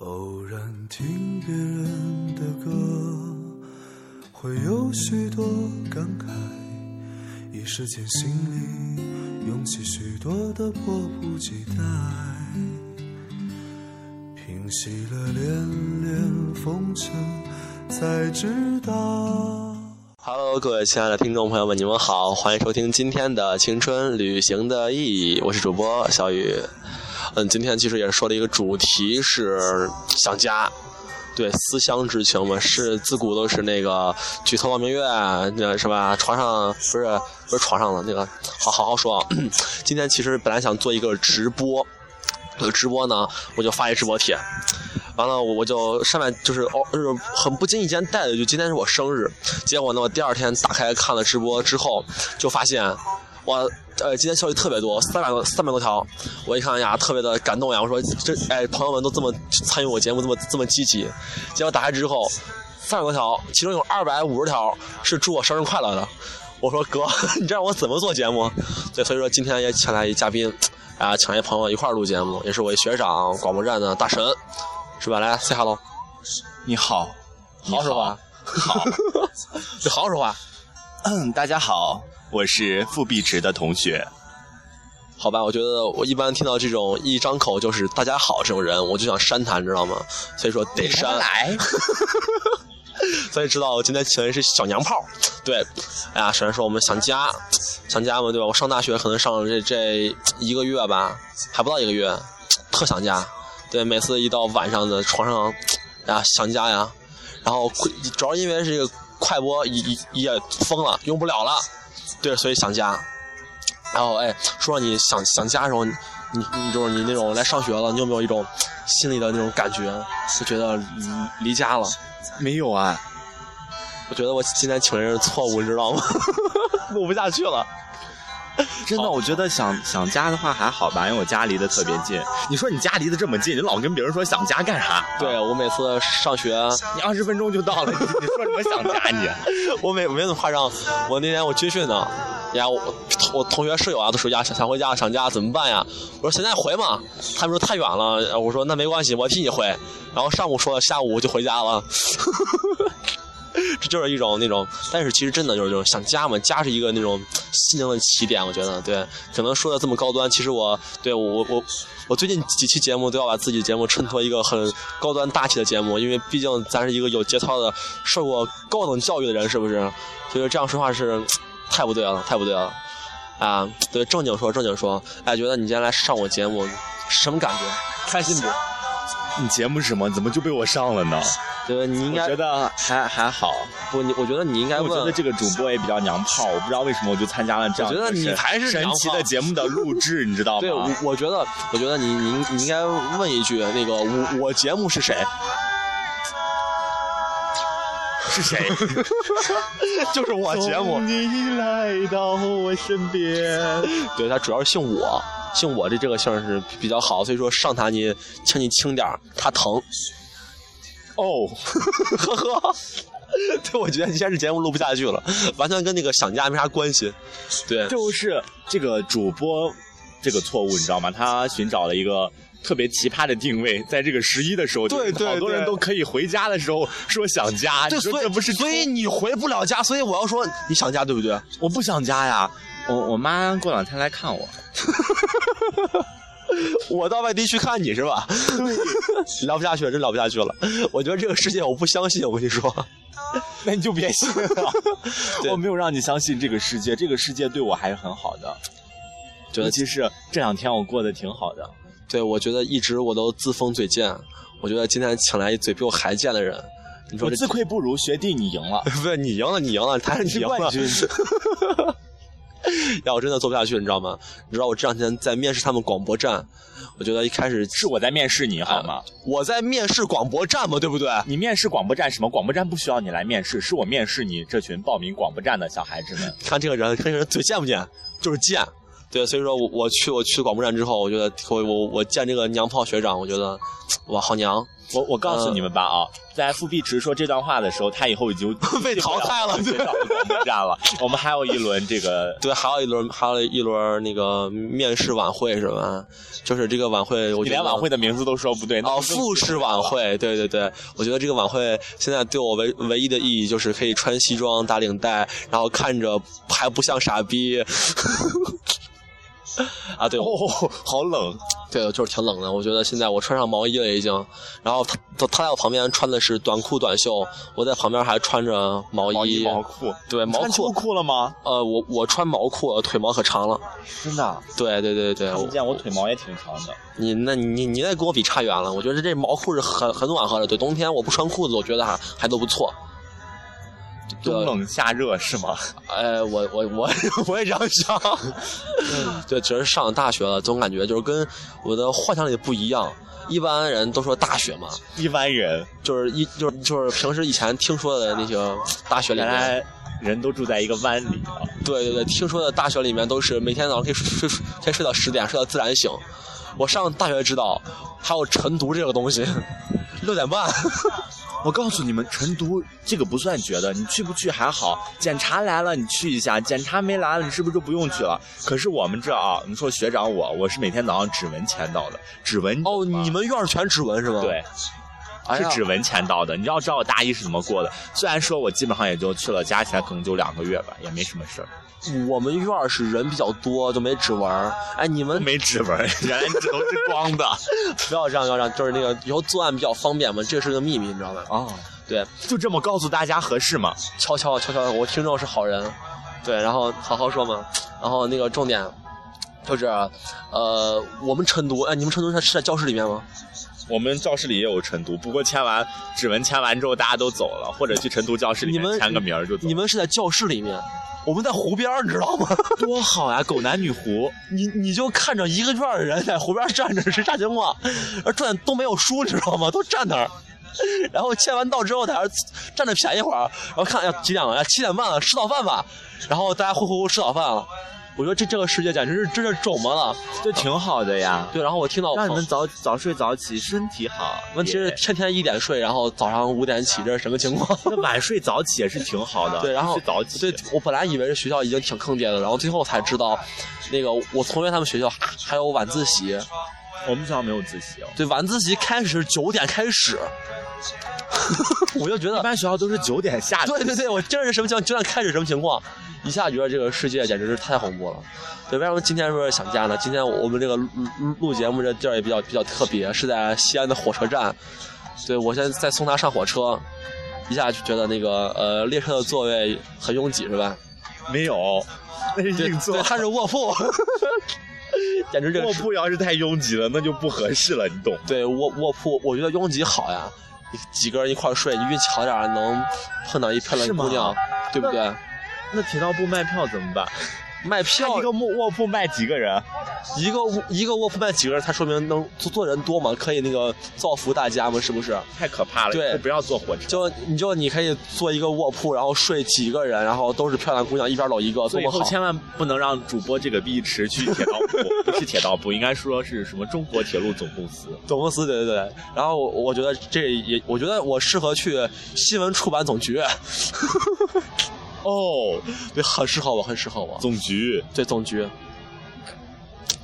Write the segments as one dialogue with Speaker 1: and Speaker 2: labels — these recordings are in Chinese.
Speaker 1: 偶然听别人的歌，会有许多感慨，一时间心里涌起许多的迫不及待，平息了连连风尘，才知道。
Speaker 2: Hello，各位亲爱的听众朋友们，你们好，欢迎收听今天的《青春旅行的意义》，我是主播小雨。嗯，今天其实也说了一个主题是想家，对，思乡之情嘛，是自古都是那个举头望明月，那是吧？床上不是不是床上的那个，好好好说啊。 今天其实本来想做一个直播，呃，直播呢，我就发一直播帖。完了，我我就上面就是哦，就是很不经意间带的，就今天是我生日。结果呢，我第二天打开看了直播之后，就发现，哇，呃，今天消息特别多，三百多三百多条。我一看呀，特别的感动呀。我说这哎，朋友们都这么参与我节目，这么这么积极。结果打开之后，三百多条，其中有二百五十条是祝我生日快乐的。我说哥， 你这让我怎么做节目？对，所以说今天也请来一嘉宾，啊、请来一朋友一块儿录节目，也是我一学长，广播站的大神。是吧？来，say hello，
Speaker 3: 你好，
Speaker 2: 好好说话，
Speaker 3: 好，
Speaker 2: 就好好说话，
Speaker 3: 嗯，大家好，我是复壁池的同学。
Speaker 2: 好吧？我觉得我一般听到这种一张口就是“大家好”这种人，我就想删他，你知道吗？所以说得删。
Speaker 3: 来，
Speaker 2: 所以知道我今天请的是小娘炮，对，哎呀，首先说我们想家，想家嘛，对吧？我上大学可能上了这这一个月吧，还不到一个月，特想家。对，每次一到晚上的床上，哎呀想家呀，然后主要因为这个快播也也封了，用不了了，对，所以想家。然后哎，说到你想想家的时候，你你就是你那种来上学了，你有没有一种心里的那种感觉，就觉得离离家了？
Speaker 3: 没有啊，
Speaker 2: 我觉得我今天请人是错误，你知道吗？录不下去了。
Speaker 3: 真的，我觉得想想家的话还好吧，因为我家离得特别近。你说你家离得这么近，你老跟别人说想家干啥？
Speaker 2: 对我每次上学，
Speaker 3: 你二十分钟就到了，你你说什么想家你？
Speaker 2: 我没没那么夸张。我那天我军训呢，呀，我我同学舍友啊都说呀想想回家想家怎么办呀？我说现在回嘛，他们说太远了，我说那没关系，我替你回。然后上午说了，下午我就回家了。 这就是一种那种，但是其实真的就是这种想家嘛，家是一个那种心灵的起点，我觉得对。可能说的这么高端，其实我对我我我最近几期节目都要把自己的节目衬托一个很高端大气的节目，因为毕竟咱是一个有节操的、受过高等教育的人，是不是？所以说这样说话是太不对了，太不对了啊！对，正经说正经说，哎，觉得你今天来上我节目，什么感觉？ 开心不？
Speaker 3: 你节目是什么？怎么就被我上了呢？
Speaker 2: 对，你应
Speaker 3: 我
Speaker 2: 该
Speaker 3: 觉得还还好，
Speaker 2: 不，你我觉得你应该
Speaker 3: 我
Speaker 2: 问，
Speaker 3: 觉得这个主播也比较娘炮，我不知道为什么我就参加了这样一个
Speaker 2: 我觉得你才是
Speaker 3: 神
Speaker 2: 娘炮
Speaker 3: 奇的节目的录制，你知道吗？
Speaker 2: 对，我我觉得，我觉得你你你应该问一句，那个我我节目是谁？
Speaker 3: 是谁？ 嗯
Speaker 2: 就是我节目
Speaker 3: 送。你来到我身边。
Speaker 2: 对他主要是姓我，姓我的这个姓儿是比较好，所以说上他你，请你轻点儿他疼。
Speaker 3: 哦，
Speaker 2: 呵呵。对，我觉得今天这节目录不下去了，完全跟那个想家没啥关系。对，
Speaker 3: 就是这个主播这个错误，你知道吗？他寻找了一个。特别奇葩的定位，在这个十一的时候，
Speaker 2: 对
Speaker 3: 就是
Speaker 2: 对
Speaker 3: 好多人
Speaker 2: 对
Speaker 3: 都可以回家的时候说想家，你
Speaker 2: 对，
Speaker 3: 说
Speaker 2: 所以
Speaker 3: 这不是
Speaker 2: 所以你回不了家，所以我要说你想家，对不对？
Speaker 3: 我不想家呀，我我妈过两天来看我，
Speaker 2: 我到外地去看你是吧？ 聊不下去了，真聊不下去了。我觉得这个世界我不相信，我跟你说。
Speaker 3: 那你就别信 了
Speaker 2: 对
Speaker 3: 我没有让你相信这个世界，这个世界对我还是很好的，
Speaker 2: 觉
Speaker 3: 尤
Speaker 2: 得
Speaker 3: 其是这两天我过得挺好的，
Speaker 2: 对，我觉得一直我都自封嘴贱，我觉得今天请来一嘴比我还贱的人，你说
Speaker 3: 我
Speaker 2: 这，
Speaker 3: 自愧不如，学弟你赢了
Speaker 2: 不是你赢了，你赢了，他是你
Speaker 3: 是
Speaker 2: 赢
Speaker 3: 冠
Speaker 2: 了，
Speaker 3: 军，
Speaker 2: 要我真的做不下去，你知道吗？你知道我这两天在面试他们广播站，我觉得一开始
Speaker 3: 是我在面试你好吗？
Speaker 2: 我在面试广播站嘛，对不对？
Speaker 3: 你面试广播站什么？广播站不需要你来面试，是我面试你这群报名广播站的小孩子们。
Speaker 2: 看这个人，看这个人嘴贱不贱？就是贱，对，所以说我我去我去广播站之后，我觉得我我我见这个娘炮学长，我觉得哇好娘，
Speaker 3: 我我告
Speaker 2: 嗯
Speaker 3: 诉你们吧啊，在 F B 直说这段话的时候，他以后已经
Speaker 2: 被淘汰了
Speaker 3: 对，被淘汰站了。我们还有一轮这个，
Speaker 2: 对，还有一轮还有一轮那个面试晚会是吧？就是这个晚会，我
Speaker 3: 你
Speaker 2: 觉
Speaker 3: 连
Speaker 2: 得
Speaker 3: 晚会的名字都说不对，那
Speaker 2: 哦，
Speaker 3: 我们就
Speaker 2: 复式晚会，对对对，我觉得这个晚会现在对我唯唯一的意义就是可以穿西装打领带，然后看着还不像傻逼。 啊，对，
Speaker 3: 哦，好冷，
Speaker 2: 对，就是挺冷的。我觉得现在我穿上毛衣了已经，然后他他他在我旁边穿的是短裤短袖，我在旁边还穿着毛衣。
Speaker 3: 毛衣毛裤，
Speaker 2: 对毛
Speaker 3: 穿秋
Speaker 2: 裤，
Speaker 3: 裤了吗？
Speaker 2: 呃，我我穿毛裤，呃腿毛可长了。
Speaker 3: 真的，
Speaker 2: 对对对对，
Speaker 3: 看不见我腿毛也挺长的。
Speaker 2: 你那你你你那跟我比差远了。我觉得这毛裤是很很暖和的。对，冬天我不穿裤子，我觉得还还都不错。对
Speaker 3: 冬冷夏热是吗？
Speaker 2: 哎，我我我我也 这样想。
Speaker 3: 嗯
Speaker 2: 对，只是上了大学了，总感觉就是跟我的幻想里不一样。一般人都说大学嘛，
Speaker 3: 一般人
Speaker 2: 就是一就是就是平时以前听说的那些大学里
Speaker 3: 原
Speaker 2: 面，
Speaker 3: 来人都住在一个湾里啊。
Speaker 2: 对对对，听说的大学里面都是每天早上可以睡睡先睡到十点，睡到自然醒。我上大学知道还有晨读这个东西，六点半。
Speaker 3: 我告诉你们，晨读这个不算绝的，你去不去还好，检查来了你去一下，检查没来了你是不是就不用去了？可是我们这啊，你说学长我，我是每天早上指纹签到的，指纹啊
Speaker 2: 哦，你们院儿全指纹是吗？
Speaker 3: 对，
Speaker 2: 哎
Speaker 3: 是
Speaker 2: 呀，
Speaker 3: 指纹签到的。你要知道我大一是怎么过的，虽然说我基本上也就去了，加起来可能就两个月吧，也没什么事儿，
Speaker 2: 我们院儿是人比较多，就没指纹儿。哎，你们
Speaker 3: 没指纹，原来你指头是光的
Speaker 2: 不要这样，不要这样，就是那个以后作案比较方便嘛，这是个秘密，你知道吧？
Speaker 3: 哦，
Speaker 2: 对，
Speaker 3: 就这么告诉大家合适吗？
Speaker 2: 悄悄悄悄，我听众是好人，对，然后好好说嘛，然后那个重点就是，呃，我们晨读，哎，你们晨读是是在教室里面吗？
Speaker 3: 我们教室里也有晨读，不过签完指纹签完之后大家都走了，或者去晨读教室里
Speaker 2: 你们
Speaker 3: 面签个名儿就走了。
Speaker 2: 你们是在教室里面，我们在湖边儿，你知道吗？
Speaker 3: 多好呀、狗男女湖，
Speaker 2: 你你就看着一个院儿的人在湖边站着是啥情况，而重点都没有书，你知道吗？都站那儿，然后签完到之后在那儿站着谝一会儿，然后看要几点了，哎七点半了，吃早饭吧，然后大家呼呼呼吃早饭了。我觉得这这个世界简直是真是肿么了。
Speaker 3: 这挺好的呀。
Speaker 2: 对，然后我听到我
Speaker 3: 让你
Speaker 2: 朋
Speaker 3: 们早早睡早起，身体好。
Speaker 2: 问题是
Speaker 3: 也
Speaker 2: 天天一点睡，然后早上五点起，这是什么情况？
Speaker 3: 那晚睡早起也是挺好的。
Speaker 2: 对，然后
Speaker 3: 睡早起。
Speaker 2: 对，我本来以为这学校已经挺坑爹的，然后最后才知道，那个我同学他们学校还有晚自习。
Speaker 3: 我们学校没有自习哦。
Speaker 2: 对，晚自习开始九点开始， 我就觉
Speaker 3: 一
Speaker 2: 得，
Speaker 3: 般学校都是九点下。
Speaker 2: 对对对，我真是什么情况，九点开始什么情况，一下觉得这个世界简直是太恐怖了。对，为什么今天说是想家呢？今天我们这个录录录节目这地儿也比较比较特别，是在西安的火车站。对，我现在在送他上火车，一下就觉得那个呃列车的座位很拥挤，是吧？
Speaker 3: 没有，那是硬座
Speaker 2: 对，。他是卧铺， 简 直这个
Speaker 3: 卧
Speaker 2: 世
Speaker 3: 铺要是太拥挤了，那就不合适了，你懂吗？
Speaker 2: 对卧卧铺，我觉得拥挤好呀，你几个人一块儿睡，你运气好点儿能碰到一漂亮
Speaker 3: 是
Speaker 2: 的
Speaker 3: 吗
Speaker 2: 姑娘，对不对？
Speaker 3: 那铁道部卖票怎么办？
Speaker 2: 卖票
Speaker 3: 一个卧卧铺卖几个人？
Speaker 2: 一个卧一个卧铺卖几个人，才说明能坐坐人多嘛，可以那个造福大家嘛，是不是？
Speaker 3: 太可怕了！
Speaker 2: 对
Speaker 3: 以后不要坐火车。
Speaker 2: 就你就你可以坐一个卧铺，然后睡几个人，然后都是漂亮姑娘，一边搂一个，多
Speaker 3: 所以以
Speaker 2: 么
Speaker 3: 后
Speaker 2: 好！
Speaker 3: 千万不能让主播这个逼池去铁道部，不是铁道部，应该说是什么中国铁路总公司。
Speaker 2: 总公司对对对，然后我我觉得这也，我觉得我适合去新闻出版总局，
Speaker 3: 哦，
Speaker 2: 对，很适合我，很适合我，
Speaker 3: 总局
Speaker 2: 对总局，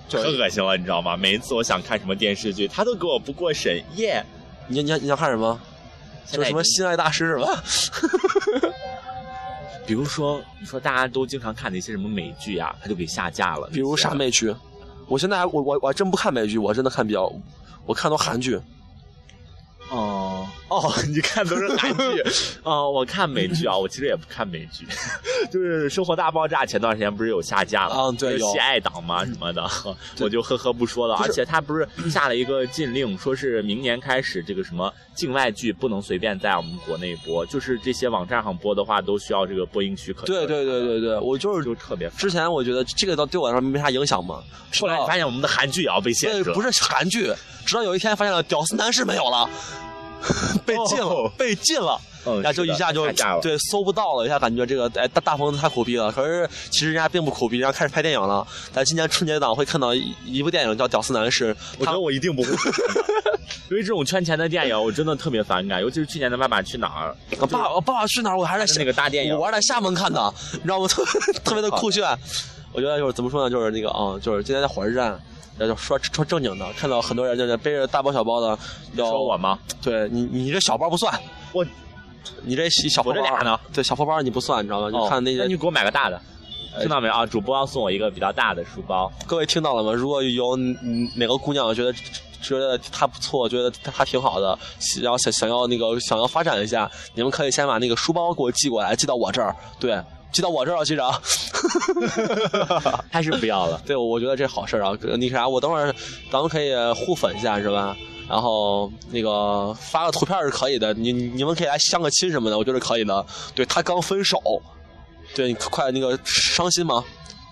Speaker 2: 就
Speaker 3: 可恶心了，你知道吗？每一次我想看什么电视剧，他都给我不过审，耶！
Speaker 2: 你你你想看什么？
Speaker 3: 现
Speaker 2: 就
Speaker 3: 在
Speaker 2: 是什么
Speaker 3: 已经
Speaker 2: 心爱大师是吧？
Speaker 3: 比如说，你说大家都经常看的一些什么美剧啊，他就给下架了。
Speaker 2: 比如啥
Speaker 3: 啥？
Speaker 2: 美剧？我现在还我我我还真不看美剧，我真的看比较，我看都韩剧。
Speaker 3: 哦哦， 你看都是 韩剧。哦，我看美剧啊，我其实也不看美剧， 就是《生活大爆炸》前段时间不是有下架吗？
Speaker 2: 嗯对
Speaker 3: 就是
Speaker 2: 有
Speaker 3: 喜爱党嘛什么的， 我就呵呵不说了。而且他不是下了一个禁令，说是明年开始这个什么境外剧不能随便在我们国内播，就是这些网站上播的话都需要这个播音许可证。
Speaker 2: 对对对对对，我就是
Speaker 3: 就特别烦。
Speaker 2: 之前我觉得这个倒对我来说没啥影响嘛。
Speaker 3: 后来你发现我们的韩剧也要被限制
Speaker 2: 对，
Speaker 3: 了，
Speaker 2: 不是韩 剧，直到有一天发现了《屌丝男士》没有了，被禁了，
Speaker 3: 哦
Speaker 2: 被禁了。
Speaker 3: 嗯
Speaker 2: 然后就是一
Speaker 3: 的
Speaker 2: 下就
Speaker 3: 太炸了
Speaker 2: 对搜不到了，一下感觉这个哎大大鹏太苦逼了。可是其实人家并不苦逼，人家开始拍电影了。咱今年春节档会看到一一部电影叫《屌丝男士》，
Speaker 3: 我觉得我一定不会。 因为这种圈钱的电影，我真的特别反感，尤其是去年的《爸爸去哪儿》
Speaker 2: 他呃爸爸爸去哪儿？我还是在
Speaker 3: 就是
Speaker 2: 厦
Speaker 3: 那个大电影
Speaker 2: 我，玩在厦门看的，你知道吗？特 特别的酷炫。我觉得就是怎么说呢，就是那个啊、嗯就是今天在火车站，然后就说说正经的，看到很多人就是背着大包小包的，要
Speaker 3: 说我吗？
Speaker 2: 对你你这小包不算，
Speaker 3: 我
Speaker 2: 你这小包
Speaker 3: 我这俩呢？
Speaker 2: 对小破包你不算，你知道吗？
Speaker 3: 哦
Speaker 2: 你看那些呃
Speaker 3: 你给我买个大的，听到没有啊？主播要送我一个比较大的书包，
Speaker 2: 各位听到了吗？如果有嗯哪个姑娘觉得觉得她不错，觉得她挺好的，然后想想要那个想要发展一下，你们可以先把那个书包给我寄过来，寄到我这儿，对，寄到我这儿啊， 局长。。
Speaker 3: 还是不 要了
Speaker 2: 对，我觉得这好事儿啊。那啥，我等会儿咱们可以互粉一下是吧？然后那个发个图片是可以的，你你们可以来相个亲什么的，我觉得是可以的。对他刚分手，对你快那个伤心吗？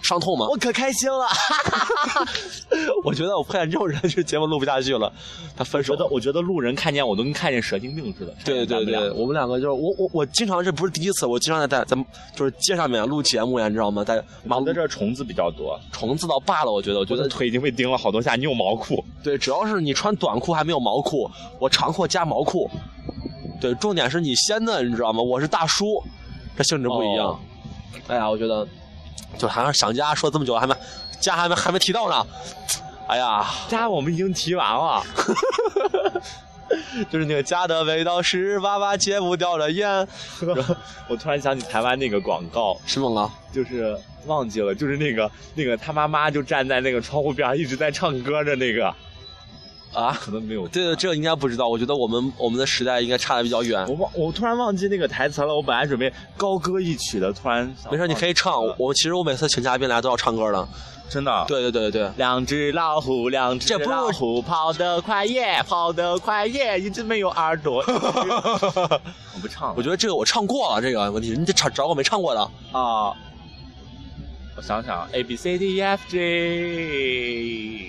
Speaker 2: 伤痛吗？
Speaker 3: 我可开心了，
Speaker 2: 我觉得我碰见这种人，这节目录不下去了。他分手
Speaker 3: 觉，得我觉得路人看见我都跟看见蛇精病似的。
Speaker 2: 对对对，我们两个就是我我我经常这不是第一次，我经常在在咱就是街上面录节目呀，你知道吗？在马
Speaker 3: 我
Speaker 2: 路
Speaker 3: 在这儿虫子比较多，
Speaker 2: 虫子到罢了，我觉得我觉
Speaker 3: 我
Speaker 2: 得
Speaker 3: 的腿已经被叮了好多下，你有毛裤。
Speaker 2: 对，只要是你穿短裤还没有毛裤，我长裤加毛裤。对，重点是你先的，你知道吗？我是大叔，这性质不一样。
Speaker 3: 哦
Speaker 2: 哎呀，我觉得，就好像想家说这么久，还没家还没还没提到呢。哎 呀，
Speaker 3: 家我们已经提完 了，
Speaker 2: 就是那个家的味道是哇哇戒不掉的烟，
Speaker 3: 我突然想起台湾那个广告，
Speaker 2: 什么啊？
Speaker 3: 就是忘记了，就是那个那个他妈妈就站在那个窗户边儿一直在唱歌的那个，
Speaker 2: 啊，
Speaker 3: 可能没有。
Speaker 2: 对，这个应该不知道。我觉得我们我们的时代应该差的比较远
Speaker 3: 我。忘，我突然忘记那个台词了。我本来准备高歌一曲的，突然
Speaker 2: 没事，你可
Speaker 3: 以
Speaker 2: 以唱。我我其实我每次请嘉宾来都要唱歌的。
Speaker 3: 哦真的。啊
Speaker 2: 对对对对对。
Speaker 3: 两只老虎，两只
Speaker 2: 这不是
Speaker 3: 老虎跑得快耶，跑得快耶，一只没有耳朵。 我不唱了，
Speaker 2: 我觉得这个我唱过了，这个问题你得找找我没唱过的。
Speaker 3: 得啊，我想想，A B C D E F G，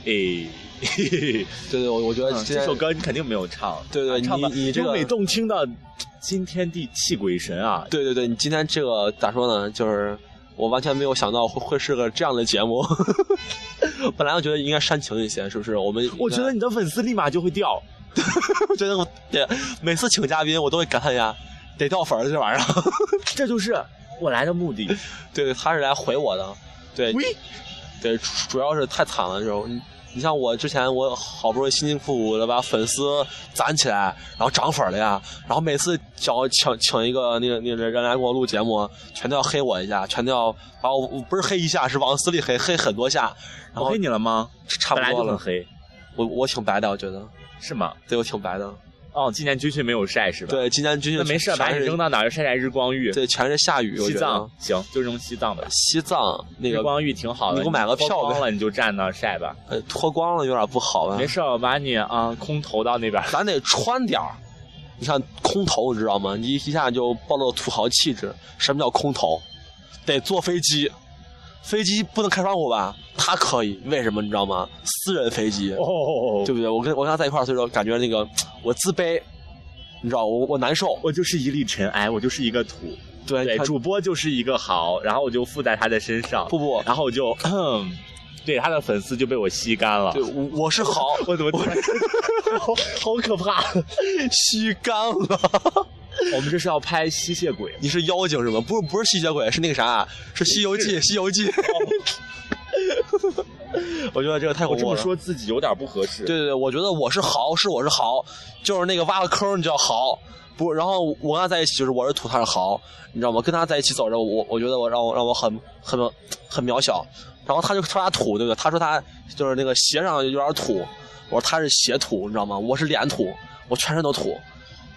Speaker 3: 哎，嘿嘿 嘿
Speaker 2: 对对，我我觉得
Speaker 3: 嗯
Speaker 2: 今天
Speaker 3: 这首歌你肯定没有唱，
Speaker 2: 对对
Speaker 3: 啊唱吧
Speaker 2: 你你这个
Speaker 3: 优美动听的惊天地泣鬼神啊！
Speaker 2: 对对对，你今天这个咋说呢？就是我完全没有想到会会是个这样的节目。 本来我觉得应该煽情一些，是不是？我们
Speaker 3: 我觉得你的粉丝立马就会掉。
Speaker 2: 我觉得我 对每次请嘉宾我都会感叹一下，得掉粉儿这玩意儿。
Speaker 3: 这就是我来的目的。
Speaker 2: 对，他是来回我的。对
Speaker 3: 喂，
Speaker 2: 对，主主要是太惨了，就是你你像我之前，我好不容易辛辛苦苦的把粉丝攒起来，然后涨粉儿了呀，然后每次想要请请一个那个那个人来给我录节目，全都要黑我一下，全都要把我不是黑一下，是往死里黑，黑很多下，然
Speaker 3: 我
Speaker 2: 后
Speaker 3: 黑你了吗？
Speaker 2: 差
Speaker 3: 本来
Speaker 2: 不多
Speaker 3: 就很
Speaker 2: 了。
Speaker 3: 黑，
Speaker 2: 我我挺白的，我觉得，
Speaker 3: 是吗？
Speaker 2: 对我挺白的。
Speaker 3: 哦，今年军训没有晒是吧？，
Speaker 2: 对，今天军
Speaker 3: 那
Speaker 2: 训
Speaker 3: 没事，把
Speaker 2: 全
Speaker 3: 你
Speaker 2: 是
Speaker 3: 扔到哪儿晒晒日光浴。，
Speaker 2: 对，全是下雨，我
Speaker 3: 西
Speaker 2: 觉得
Speaker 3: 藏行，就扔西藏吧。
Speaker 2: 西藏那
Speaker 3: 日
Speaker 2: 个
Speaker 3: 光浴挺好的，
Speaker 2: 你给我买个票呗
Speaker 3: 脱光了你就站那儿晒吧。
Speaker 2: 呃脱光了有点不好吧？
Speaker 3: 没事，我把你啊空投到那边。
Speaker 2: 咱得穿点儿。你看空投，你知道吗？你一下就暴露土豪气质。什么叫空投？得坐飞机，飞机不能开窗户吧？他可以，为什么你知道吗？私人飞机，
Speaker 3: 哦
Speaker 2: 对不对？我跟我跟他在一块儿，所以说感觉那个我自卑，你知道我我难受。
Speaker 3: 我就是一粒尘埃，我就是一个土。
Speaker 2: 对
Speaker 3: 对，
Speaker 2: 他
Speaker 3: 主播就是一个好，然后我就附在他的身上，
Speaker 2: 不不，
Speaker 3: 然后我就，咳对他的粉丝就被我吸干了
Speaker 2: 对。我我是好，
Speaker 3: 我怎么突然 好好可怕？
Speaker 2: 吸干了。
Speaker 3: 我们这是要拍吸血鬼吗？
Speaker 2: 你是妖精是吗？不是不是吸血鬼，是那个啥，是《西游记》《西游记》。哦 我觉得这个太
Speaker 3: 我
Speaker 2: 恐
Speaker 3: 这
Speaker 2: 怖
Speaker 3: 么
Speaker 2: 了。
Speaker 3: 说自己有点不合适。
Speaker 2: 对，对对，我觉得我是豪，是我是豪，就是那个挖个坑你叫豪，不，然后我跟他在一起就是我是土，他是豪，你知道吗？跟他在一起走着，我我觉得我让我让我很很很渺小，然后他就说他土，对不对？他说他就是那个鞋上有点土，我说他是鞋土，你知道吗？我是脸土，我全身都土。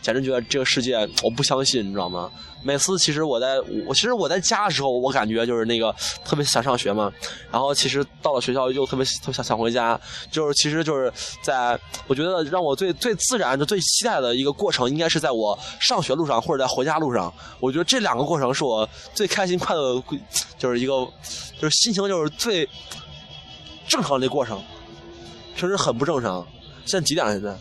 Speaker 2: 简直觉得这个世界我不相信，你知道吗？每次其实我在我其实我在家的时候，我感觉就是那个特别想上学嘛，然后其实到了学校又特别特别想想回家，就是其实就是在我觉得让我最最自然的、最期待的一个过程，应该是在我上学路上或者在回家路上。我觉得这两个过程是我最开心、快乐的，就是一个就是心情就是最正常的一个过程。平时很不正常。现在几点了？现在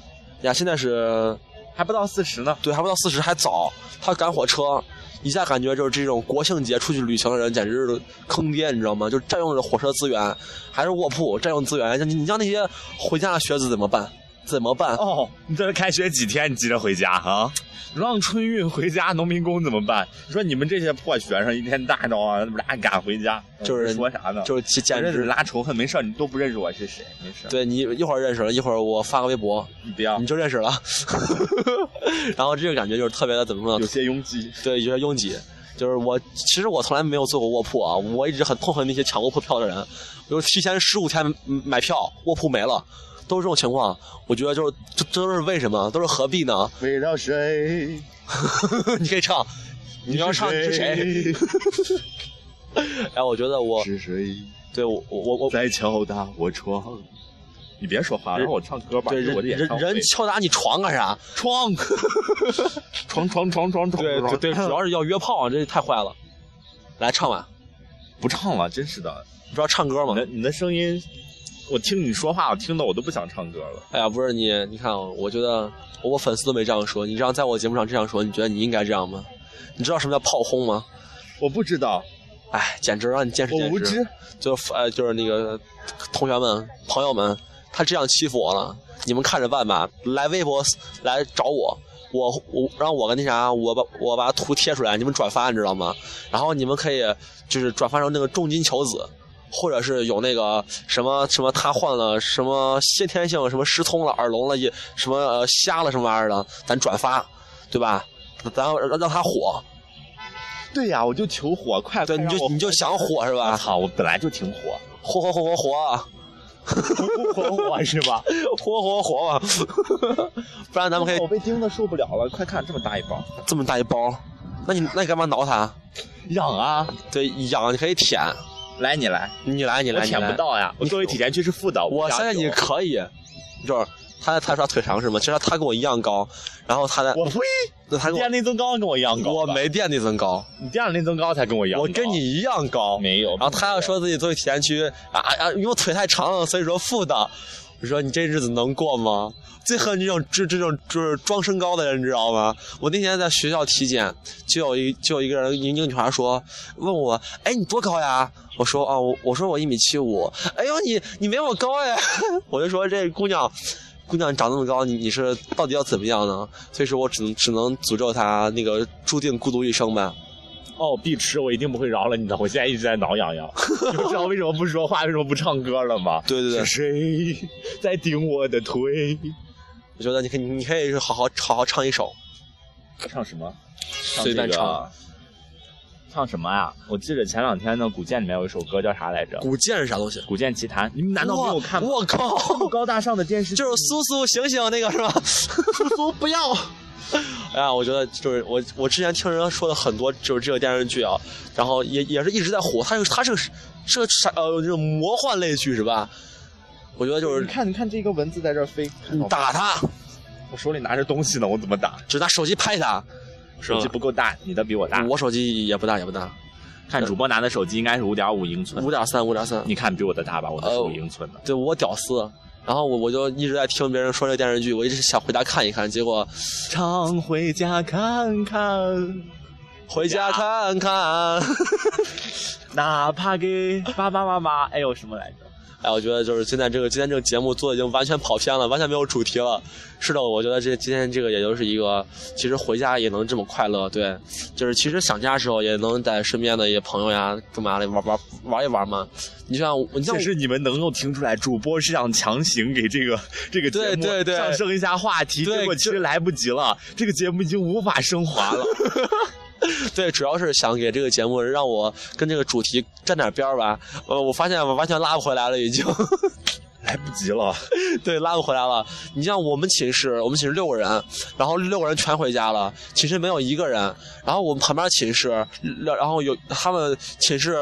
Speaker 2: 呀，现在是
Speaker 3: 还不到四十呢。
Speaker 2: 对，还不到四十，还早，他赶火车，一下感觉就是这种国庆节出去旅行的人简直是坑爹，你知道吗？就占用了火车资源，还是卧铺占用资源，你你让那些回家的学子怎么办？怎么办？
Speaker 3: 哦，你这开学几天，你急着回家啊？你让春运回家，农民工怎么办？你说你们这些破学生一天大着啊，那么拉赶回家，呃
Speaker 2: 就是
Speaker 3: 说啥呢？
Speaker 2: 就是简
Speaker 3: 反
Speaker 2: 简
Speaker 3: 正
Speaker 2: 直
Speaker 3: 是拉仇恨，没事儿，你都不认识我是谁，没事儿，
Speaker 2: 对你一会儿认识了，一会儿我发个微博，
Speaker 3: 你不要
Speaker 2: 你就认识 了， 然后这个感觉就是特别的怎么说
Speaker 3: 有
Speaker 2: 呢？
Speaker 3: 些拥挤。
Speaker 2: 对，有些拥挤。就是我，其实我从来没有坐过卧铺啊，我一直很痛恨那些抢卧铺票的人。我就提前十五天嗯买票，卧铺没了，都是这种情况。我觉得就是这这都是为什么，都是何必呢？
Speaker 3: 围绕谁？
Speaker 2: 你可以唱，你要唱你是谁？？哎，我觉得我
Speaker 3: 是谁
Speaker 2: 对我我我
Speaker 3: 在敲打我窗？你别说话，让我唱歌吧。
Speaker 2: 对
Speaker 3: 这是
Speaker 2: 人
Speaker 3: 我的演
Speaker 2: 人
Speaker 3: 唱会
Speaker 2: 人敲打你床干啥？
Speaker 3: 窗，床床床床床。
Speaker 2: 对对对，主要是要约炮啊，这太坏了。来唱吧，
Speaker 3: 不唱了，真是的。
Speaker 2: 你知道唱歌吗
Speaker 3: 你？的你的声音，我听你说话，我听的我都不想唱歌了。
Speaker 2: 哎呀，不是你，你看，我觉得我粉丝都没这样说，你这样在我节目上这样说，你觉得你应该这样吗？你知道什么叫炮轰吗？
Speaker 3: 我不知道，
Speaker 2: 哎，简直让你见识
Speaker 3: 我
Speaker 2: 见
Speaker 3: 无
Speaker 2: 识
Speaker 3: 知。，
Speaker 2: 就是呃，就是那个同学们、朋友们，他这样欺负我了，你们看着办吧。来微博私来找我，我我让我跟那啥，我把我把图贴出来，你们转发，你知道吗？然后你们可以就是转发成那个重金求子。或者是有那个什么什么，他患了什么先天性什么失聪了、耳聋了，也什么、呃、瞎了什么玩意儿的，咱转发，对吧？咱让让他火，
Speaker 3: 对呀，我就求火，快
Speaker 2: 对，你就你就想火是
Speaker 3: 啊，
Speaker 2: 吧？
Speaker 3: 操，我本来就挺火，
Speaker 2: 火火火火啊火！
Speaker 3: 火火火是吧？
Speaker 2: 活活活吧，不然咱们可以
Speaker 3: 我被叮的受不了了，快看这么大一包，
Speaker 2: 这么大一包，那你那你干嘛挠它？
Speaker 3: 痒啊！
Speaker 2: 对，痒你可以舔，
Speaker 3: 来你来，
Speaker 2: 你来你
Speaker 3: 我
Speaker 2: 来，你
Speaker 3: 舔
Speaker 2: 来
Speaker 3: 不。到呀，我作为体前区是负的，
Speaker 2: 我
Speaker 3: 不想
Speaker 2: 相信你
Speaker 3: 有啊
Speaker 2: 可以，就是他他说他腿长是吗？其实他跟我一样高，然后他的
Speaker 3: 我呸！
Speaker 2: 那他
Speaker 3: 你
Speaker 2: 跟
Speaker 3: 垫内增高跟我一样高，
Speaker 2: 我，我没垫那增高，
Speaker 3: 你垫了内增高才跟我一样高，
Speaker 2: 我跟你一样高。
Speaker 3: 没有。
Speaker 2: 然后他要说自己作为体验区啊啊，啊，因为我腿太长了，所以说负的。我说你这日子能过吗？最恨这种这这种就是装身高的人，你知道吗？我那天在学校体检，就有一就有一个人，一个女孩说，问我，哎，你多高呀？我说啊，我我说我一米七五。哎呦，你你没我高哎！ 我就说这姑娘，姑娘你长那么高，你你是到底要怎么样呢？所以说我只能只能诅咒她，那个注定孤独一生呗。
Speaker 3: 哦，碧池，我一定不会饶了你的。我现在一直在挠 痒痒，你们知道为什么不说话，为什么不唱歌了吗？
Speaker 2: 对对对
Speaker 3: 是谁在顶我的腿？
Speaker 2: 我觉得你可以你可以好好好好唱一首。
Speaker 3: 唱什么？
Speaker 2: 随便唱啊
Speaker 3: 唱这个。啊唱什么呀？我记得前两天呢，《古剑》里面有一首歌叫啥来着？《
Speaker 2: 古剑是啥东西？
Speaker 3: 古剑奇谭》，你们难道没有看过？
Speaker 2: 我靠！
Speaker 3: 这么高大上的电视剧，
Speaker 2: 就是苏苏醒醒那 个是吧？苏苏不要！哎呀，我觉得就是我，我之前听人说了很多，就是这个电视剧啊，然后也也是一直在火。它是它是个是个啥呃，这种魔幻类剧是吧？我觉得就
Speaker 3: 你
Speaker 2: 是
Speaker 3: 看，你看这个蚊子在这儿飞，
Speaker 2: 你打他，
Speaker 3: 我手里拿着东西呢，我怎么打？
Speaker 2: 只拿手机拍他。
Speaker 3: 手机不够大，你的比我大。
Speaker 2: 我手机也不大也不大，
Speaker 3: 看主播拿的手机应该是五点五哦英寸
Speaker 2: 五，点三五点三。
Speaker 3: 你看比我的大吧？我的是
Speaker 2: 呃
Speaker 3: 五英寸的。
Speaker 2: 对我屌丝。然后我我就一直在听别人说这个电视剧，我一直想回家看一看，结果
Speaker 3: 常回家看看，
Speaker 2: 回家看看。
Speaker 3: 哪怕给爸爸妈妈，哎呦什么来着？
Speaker 2: 哎，我觉得就是现在这个今天这个节目做的已经完全跑偏了，完全没有主题了。是的，我觉得这今天这个也就是一个，其实回家也能这么快乐，对，就是其实想家的时候也能在身边的一些朋友呀干嘛的玩玩玩一玩嘛。你像我你像
Speaker 3: 这
Speaker 2: 我
Speaker 3: 是你们能够听出来，主播是想强行给这个这个节目
Speaker 2: 对对对
Speaker 3: 上升一下话题，
Speaker 2: 对
Speaker 3: 结果其实来不及了，这个节目已经无法升华 了。
Speaker 2: 对，主要是想给这个节目让我跟这个主题沾点边儿吧。呃，我发现我完全拉不回来了，已经。
Speaker 3: 来不及了，
Speaker 2: 对，拉不回来了。你像我们寝室，我们寝室六个人，然后六个人全回家了，寝室没有一个人。然后我们旁边寝室，然然后有他们寝室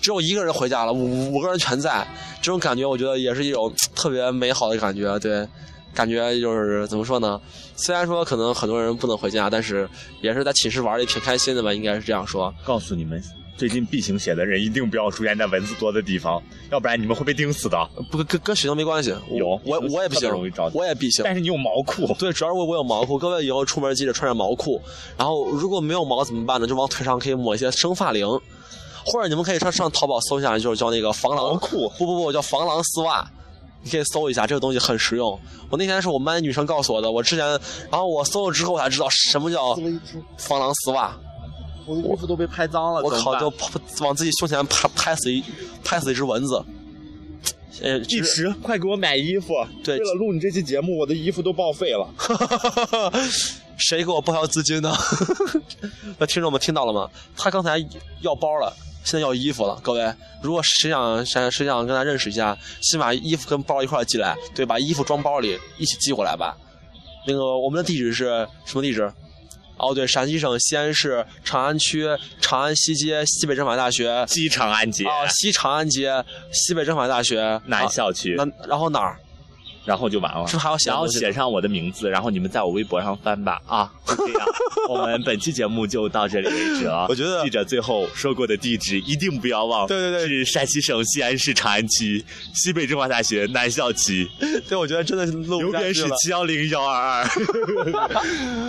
Speaker 2: 只有一个人回家了，五五个人全在。这种感觉，我觉得也是一种特别美好的感觉。对，感觉就是怎么说呢？虽然说可能很多人不能回家，但是也是在寝室玩的挺开心的吧，应该是这样说。
Speaker 3: 告诉你们，最近 B 型血的人一定不要出现在蚊子多的地方，要不然你们会被叮死的。
Speaker 2: 不跟跟血型没关系。我
Speaker 3: 有
Speaker 2: 我
Speaker 3: 有
Speaker 2: 我也不
Speaker 3: 特别
Speaker 2: 行
Speaker 3: 容易着，急
Speaker 2: 我也 B 型。
Speaker 3: 但是你有毛裤，
Speaker 2: 对，主要是我我有毛裤，各位以后出门记得穿上毛裤。然后如果没有毛怎么办呢？就往腿上可以抹一些生发灵，或者你们可以上上淘宝搜一下，就是叫那个防
Speaker 3: 毛
Speaker 2: 狼
Speaker 3: 裤
Speaker 2: 不不不，叫防狼丝袜。你可以搜一下，这个东西很实用。我那天是我们班女生告诉我的，我之前，然后我搜了之后，我才知道什么叫
Speaker 3: 了一出，
Speaker 2: 防狼丝袜。
Speaker 3: 我的衣服都被拍脏了
Speaker 2: 我靠，就啪往自己胸前拍拍死一拍死一只蚊子。呃，
Speaker 3: 一
Speaker 2: 其实
Speaker 3: 直快给我买衣服！
Speaker 2: 对
Speaker 3: 为了录你这期节目，我的衣服都报废了。
Speaker 2: 谁给我报销资金呢？ 那听众们听到了吗？他刚才要包了，现在要衣服了。各位，如果谁想谁谁想跟他认识一下，先把衣服跟包一块儿寄来，对，把衣服装包里一起寄过来吧。那个我们的地址是什么地址？哦，对，陕西省西安市长安区长安西街西北政法大学啊、
Speaker 3: 西长安街
Speaker 2: 西长安街西北政法大学
Speaker 3: 南
Speaker 2: 啊
Speaker 3: 校区，
Speaker 2: 那然后哪儿？
Speaker 3: 然后就完了
Speaker 2: 是。不是还要写
Speaker 3: 然后
Speaker 2: 东西呢？
Speaker 3: 写上我的名字，然后你们在我微博上翻吧啊！就这样，我们本期节目就到这里为止啊。
Speaker 2: 我觉得
Speaker 3: 记者最后说过的地址一定不要忘，
Speaker 2: 对对对
Speaker 3: 是陕西省西安市长安区西北政法大学南校区，
Speaker 2: 对，我觉得真的是录
Speaker 3: 邮
Speaker 2: 不下
Speaker 3: 编
Speaker 2: 去
Speaker 3: 是
Speaker 2: 了。
Speaker 3: 七幺零幺 二二。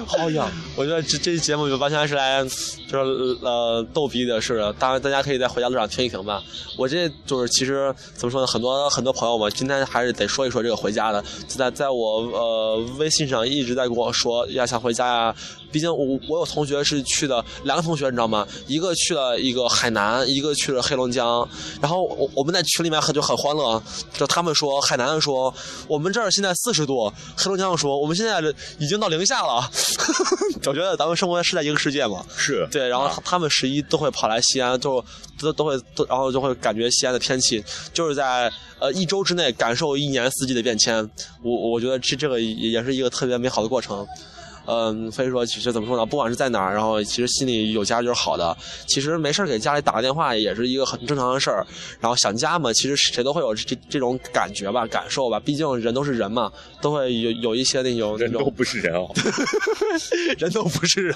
Speaker 2: 好呀， 我觉得这这期节目就完全是来就是呃逗逼的，是的。当然，大家可以在回家路上听一听吧。我这就是其实怎么说呢，很多很多朋友嘛，今天还是得说一说这个回家的。就在在我呃微信上一直在跟我说呀，想回家呀。毕竟我我有同学是去的，两个同学你知道吗？一个去了一个海南，一个去了黑龙江。然后我我们在群里面很就很欢乐，就他们说海南说我们这儿现在四十度，黑龙江说我们现在已经到零下了。 我觉得咱们生活是在一个世界嘛。
Speaker 3: 是
Speaker 2: 对，然后他他们十一都会跑来西安，就都都会都，然后就会感觉西安的天气就是在呃一周之内感受一年四季的变迁。我我觉得这这个也也是一个特别美好的过程。嗯，所以说其实怎么说呢，不管是在哪儿，然后其实心里有家就是好的。其实没事儿给家里打个电话也是一个很正常的事儿。然后想家嘛，其实谁都会有这这这种感觉吧、感受吧。毕竟人都是人嘛，都会有有一些那种
Speaker 3: 人
Speaker 2: 那
Speaker 3: 都
Speaker 2: 种
Speaker 3: 不是人哦，
Speaker 2: 人都不是人，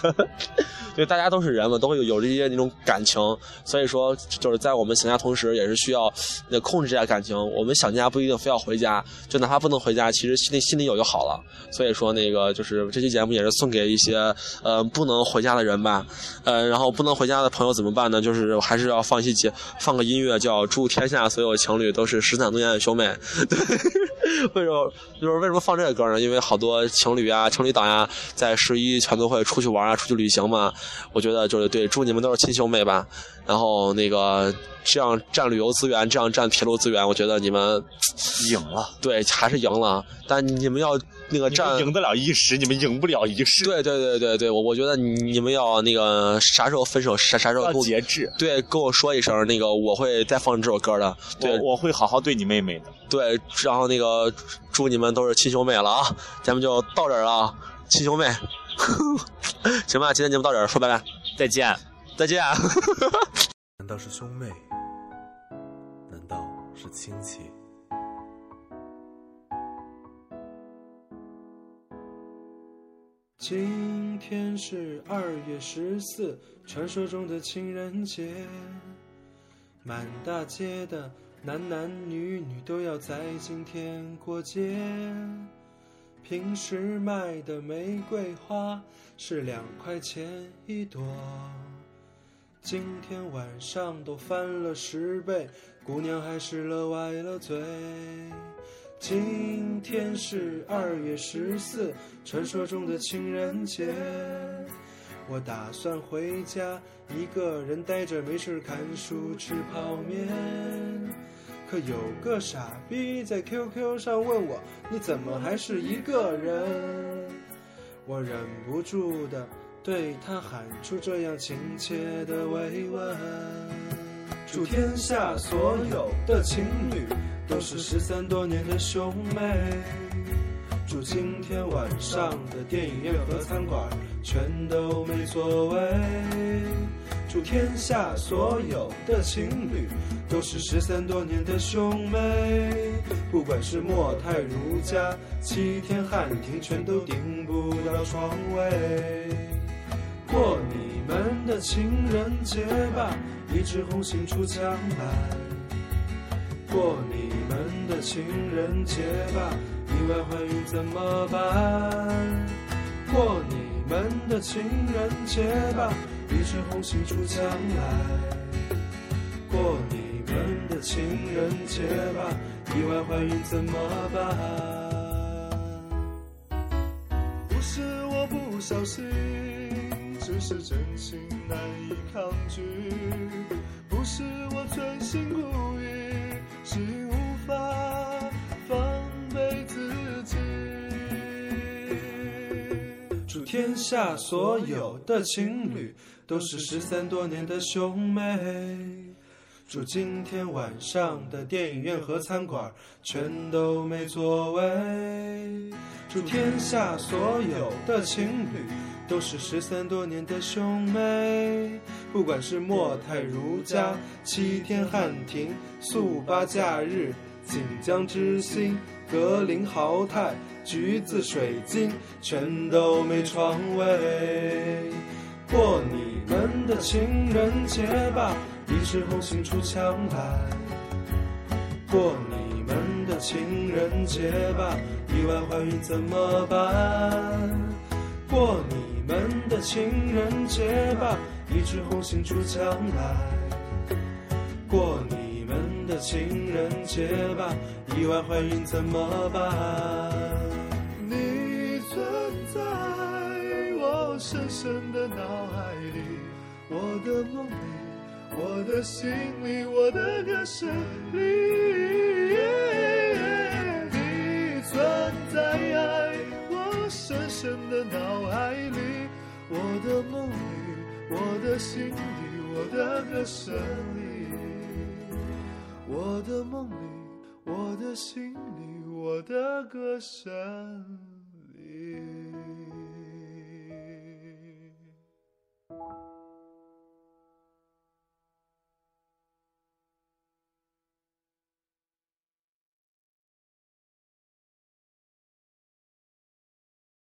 Speaker 2: 对，大家都是人嘛，都会有有这些那种感情，所以说就是在我们想家同时，也是需要那控制一下感情。我们想家不一定非要回家，就哪怕不能回家，其实心里心里有就好了。所以说那个就是这期节目也是送给一些呃不能回家的人吧，呃，然后不能回家的朋友怎么办呢？就是还是要放一期节放个音乐叫《祝天下所有情侣都是十三多年的兄妹》。 对， 为什么就是为什么放这个歌呢？因为好多情侣啊、情侣档呀、在十一全都会出去玩啊、出去旅行嘛。我觉得就是对，祝你们都是亲兄妹吧。然后那个这样占旅游资源，这样占铁路资源，我觉得你们
Speaker 3: 赢了。
Speaker 2: 对还是赢了，但你们要那个
Speaker 3: 你们
Speaker 2: 占。
Speaker 3: 赢得了一时，你们赢不了一世。，
Speaker 2: 对对对对对，我我觉得你你们要那个啥时候分手，啥啥时候
Speaker 3: 要
Speaker 2: 跟我
Speaker 3: 节制。
Speaker 2: 对，跟我说一声，那个我会再放这首歌的。对
Speaker 3: 我我会好好对你妹妹的。
Speaker 2: 对，然后那个祝你们都是亲兄妹了啊！咱们就到这儿啊，亲兄妹。 行吧，今天节目到这儿，说拜拜，
Speaker 3: 再见。
Speaker 2: 再见。
Speaker 1: 难道是兄妹？难道是亲戚？
Speaker 4: 今天是二月十四，传说中的情人节，满大街的男男女女都要在今天过节。平时卖的玫瑰花是两块钱一朵，今天晚上都翻了十倍，姑娘还是乐歪了嘴。今天是二月十四，传说中的情人节。我打算回家，一个人呆着没事看书吃泡面。可有个傻逼在 QQ 上问我，你怎么还是一个人？我忍不住的对他喊出这样亲切的慰问。祝天下所有的情侣都是失散多年的兄妹。祝今天晚上的电影院和餐馆全都没座位。祝天下所有的情侣都是失散多年的兄妹，不管是莫泰、如家、七天汉庭，全都订不到床位。过你们的情人节吧，一枝红杏出墙来。过你们的情人节吧，意外怀孕怎么办？过你们的情人节吧，一枝红杏出墙来。过你们的情人节吧，意外怀孕怎么办？不是我不小心，只是真心难以抗拒。不是我存心故意，是因无法防备自己。祝天下所有的情侣都是失散多年的兄妹。祝今天晚上的电影院和餐馆全都没座位。祝天下所有的情侣都是失散多年的兄妹，不管是莫泰、如家、七天、汉庭、速八假日、锦江之星、格林豪泰、橘子水晶，全都没床位。过你们的情人节吧，一枝红杏出墙来。过你们的情人节吧，意外怀孕怎么办？过你们的情人节吧，一枝红杏出墙来。过你们的情人节吧，意外怀孕怎么办？你存在我深深的脑海里，我的梦里，我的心里，我的歌声里。你存在我深深的脑海里，我的梦里，我的心里，我的歌声里，我的梦里，我的心里，我的歌声。